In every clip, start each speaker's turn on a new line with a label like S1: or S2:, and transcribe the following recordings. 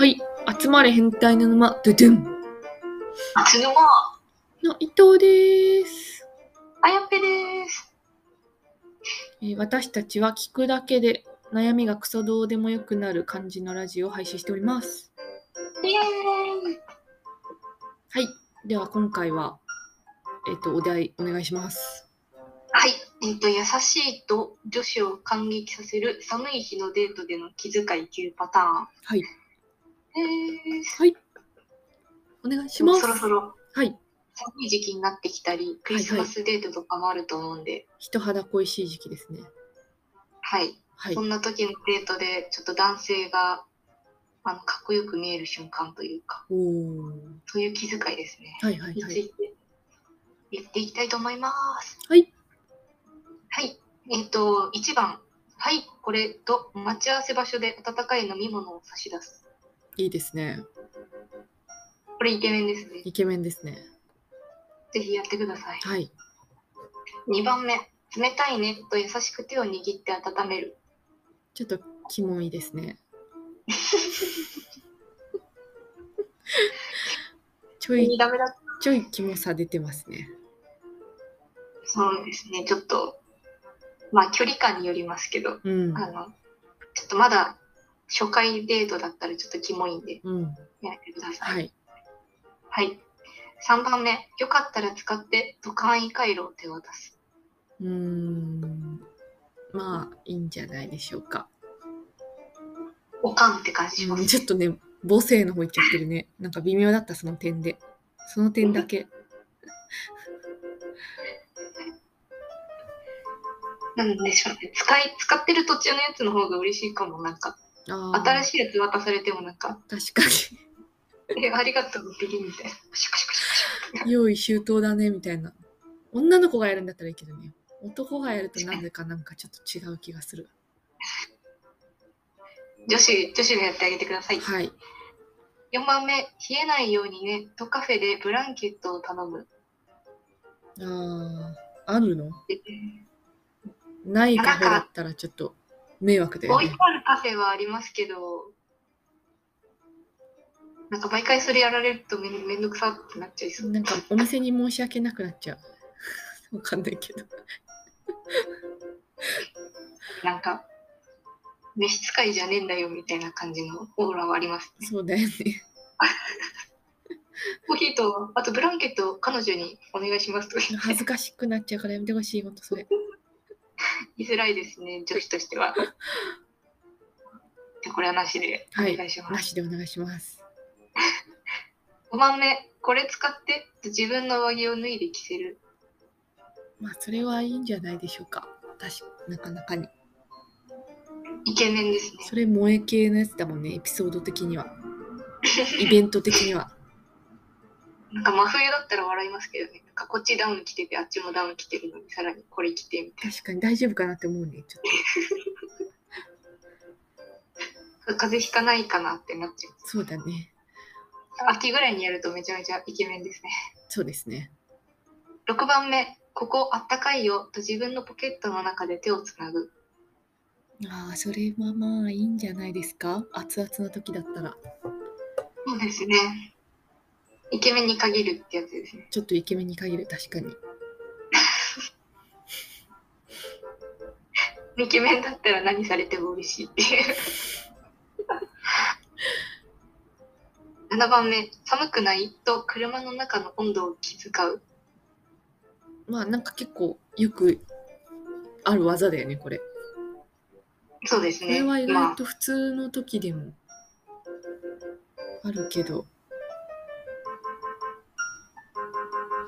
S1: 集まれ変態の沼、ドゥドゥン
S2: 厚沼
S1: の伊藤です、
S2: あやっぺです。
S1: えー私たちは聞くだけで悩みがクソどうでもよくなる感じのラジオを配信しております。
S2: イエーイ。
S1: はい。では今回は、えっ、と、お題お願いします。
S2: はい、えっ、と、優しいと女子を感激させる寒い日のデートでの気遣い9パタ
S1: はい。
S2: ーンです。
S1: お願いし
S2: も
S1: ま
S2: う
S1: す。
S2: そろそろ
S1: はい。
S2: 寒い時期になってきたり、クリスマスデートとかもあると思うんで、
S1: 人肌恋しい時期ですね。
S2: はい、
S1: はい
S2: そ。んな時のデートで、ちょっと男性があのかっこよく見える瞬間というか、
S1: おー。
S2: そういう気遣いですね。
S1: はいはい
S2: に
S1: はい。
S2: ついて言っていきたいと思います。
S1: はい。
S2: はい。えっ、と、1番。はい、これと待ち合わせ場所で温かい飲み物を差し出す。
S1: いいですね。
S2: これイケメンですね。
S1: イケメンですね。
S2: ぜひやってください。
S1: はい。
S2: 2番目。冷たいねと優しく手を握って温める。
S1: ちょっとキモいです ね。ちょい
S2: ダメだった。
S1: ちょいキモさ出てますね。
S2: そうですね。ちょっと、まあ距離感によりますけど、
S1: うん
S2: あ。の、ちょっとまだ初回デートだったらちょっとキモいんで、
S1: うん。
S2: やめてください。
S1: はい。
S2: はい。3番目、よかったら使って、と簡易回路を手渡す。
S1: うーん。まあ、いいんじゃないでしょうか。
S2: おかんって感じします。
S1: ちょっとね、母性の方いっちゃってるね。なんか微妙だった、その点で。その点だけ。
S2: なんでしょうね。使い、使ってる途中のやつの方が嬉しいかも。なんか、
S1: ああ、
S2: 新しいやつ渡されてもなんか、
S1: 確か
S2: え、ありがとう、ビリみたいな。シュクシュクシュクシ
S1: に。用意周到だね、みたいな。女の子がやるんだったらいいけどね。男がやるとなぜかなんかちょっと違う気がする。
S2: ュ女子、女子がやってあげてください。
S1: はい。
S2: 4番目、冷えないようにね、とカフェでブランケットを頼む。
S1: ああ、あるの
S2: で
S1: ないカフェだったらちょっと迷惑だよ
S2: 置いて
S1: ね。
S2: あるカフェはありますけど、なんか毎回それやられるとめんめんどくさってなっちゃいそう。
S1: なんかお店に申し訳なくなっちゃう。わ かんないけど。
S2: なんか、召使いじゃねえんだよみたいな感じのオーラはありますね。
S1: そうだよね。
S2: コーヒーと、あとブランケットを彼女にお願いしますとか言
S1: 恥
S2: って
S1: ずかしくなっちゃうからやめてほしい、ほんとそれ。
S2: 言いづらいですね、女子としては。じゃあこれはなしでお
S1: はい
S2: 願いしま
S1: な
S2: す。
S1: しでお願いします。
S2: 5番目、これ使って自分の上着を脱いで着せる。
S1: まあ、それはいいんじゃないでしょうか。確かなかなかに。
S2: イケメンですね。
S1: それ、萌え系のやつだもんね、エピソード的 には。イベント的には。
S2: なんか真冬だったら笑いますけどね。なんかこっちダウン着てて、あっちもダウン着てるのに、さらにこれ着てみたい
S1: 確かに大丈夫かなって思うね、ちょっと。
S2: な。風邪ひかないかなってなっちゃう。
S1: そうだね。
S2: 秋ぐらいにやるとめちゃめちゃイケメンですね。
S1: そうですね。
S2: 6番目、ここあったかいよと自分のポケットの中で手をつなぐ。
S1: ああ、それはまあいいんじゃないですか。熱々の時だったら。
S2: そうですね。イケメンに限るってやつですね。
S1: ちょっとイケメンに限る、確かに。
S2: イケメンだったら何されても嬉しいっていう。7番目、寒くないと車の中の温度を気遣う。
S1: まあ、なんか結構よくある技だよね、これ。
S2: そうです
S1: こ
S2: ね。
S1: れは意
S2: ま
S1: 外
S2: あ、
S1: と普通の時でもあるけど、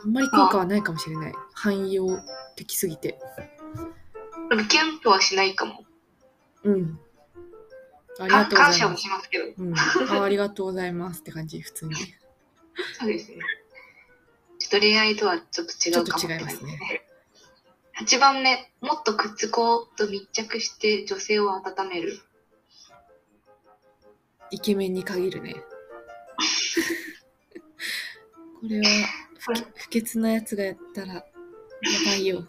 S1: あんまり効果はないかもしれない。汎用的すぎて。
S2: でもキュンとはしないかも。
S1: うん。ありが
S2: か
S1: とうご
S2: 感
S1: ざ
S2: 謝
S1: い
S2: も
S1: ます。
S2: しますけど。
S1: うん、あありがとうございますって感じ、普通に。
S2: そうですね。ちょっと恋愛とはちょっと違うかも
S1: ちょっと違い
S2: って
S1: ま
S2: 感
S1: す
S2: じ
S1: ね
S2: ですね。8番目、もっとくっつこうと密着して女性を温め る。
S1: イケメンに限るね。これは不潔不潔なやつがやったらやばいよ。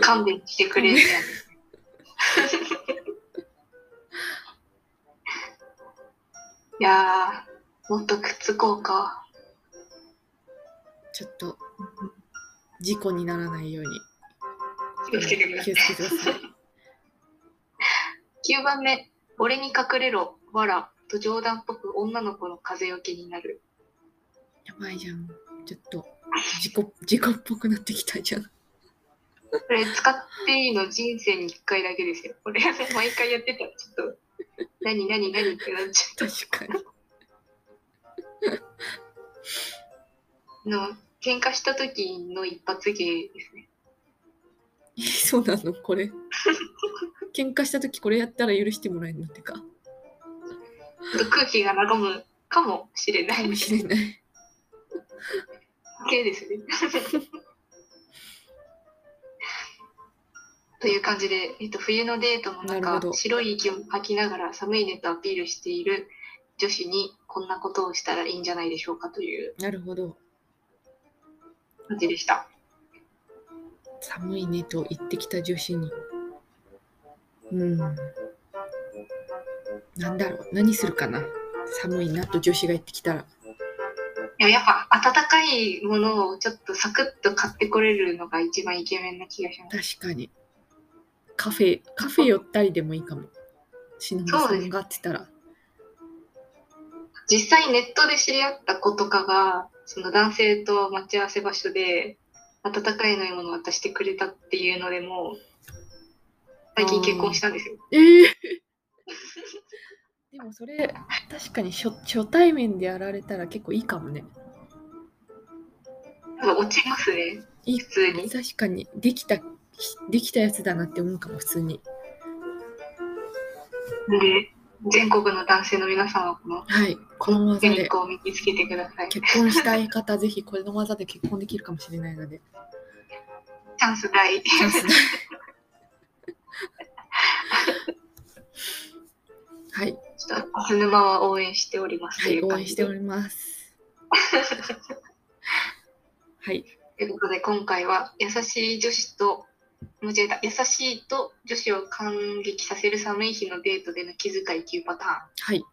S2: 勘弁してく れるやつ。いやー、もっとくっつこうか。
S1: ちょっと、事故にならないように。
S2: 気をつけてくだ
S1: 気
S2: さい
S1: を。つけてください。
S2: 9番目、俺に隠れろ、わら、と冗談っぽく女の子の風よけになる。
S1: やばいじゃん。ちょっと、事故、事故っぽくなってきたじゃん。
S2: これ使っていいの人生に1回だけですよ。これ毎回やってたらちょっと、何何何ってなっちゃう。
S1: 確かに。
S2: あの喧嘩した時の一発芸ですね。
S1: えそうなのこれ。喧嘩した時これやったら許してもらえるのってか。
S2: ちょっと空気が和むかもしれな
S1: か
S2: い
S1: もしれない。
S2: 系ですね。 という感じで、えっと、冬のデートの
S1: なるほ
S2: 中
S1: ど
S2: 白い息を吐きながら寒いねとアピールしている女子にこんなことをしたらいいんじゃないでしょうかという
S1: なるほど。
S2: 感じでした。
S1: 寒いねと言ってきた女子に。うん。なんだろう。何するかな。寒いなと女子が言ってきたら。
S2: いややっぱ温かいものをちょっとサクッと買ってこれるのが一番イケメンな気がします。
S1: 確かに。カフェ、カフェ寄ったりでもいいかも。忍さんがってたら。
S2: 実際ネットで知り合った子とかがその男性と待ち合わせ場所で温かい飲み物を渡してくれたっていうのでも最近結婚したんですよ。
S1: ええ でもそれ確かに初初対面でやられたら結構いいかもね。
S2: なんか落ちますね。
S1: いい
S2: 普通に。
S1: 確かにできたできたやつだなって思うかも普通に。
S2: で、全国の男性の皆さんはこの
S1: はい、この技
S2: ユニッ
S1: で
S2: クを見つけてください。チ
S1: 結婚したい方ぜひこれの技で結婚できるかもしれないので。
S2: ャンス大。
S1: チャンスだ はい、
S2: ちょっと、蓮沼は応援しております。
S1: は
S2: とい
S1: い、
S2: う
S1: 応
S2: 感
S1: 援し
S2: じ
S1: て
S2: で
S1: おります。はい、
S2: ということで、今回は優しい女子と、間違えた、優しいと女子を感激させる寒い日のデートでの気遣い9パターン
S1: はい、
S2: で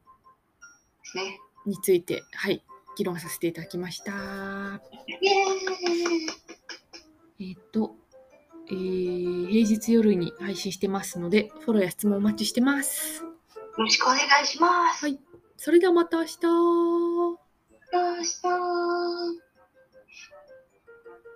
S2: すね。
S1: について、はい、議論させていただきました。
S2: イエーイ
S1: えーっと、えー平日夜に配信してますので、フォローや質問お待ちしてます。
S2: よろしくお願いします。
S1: はいそれではまた明日。
S2: また明日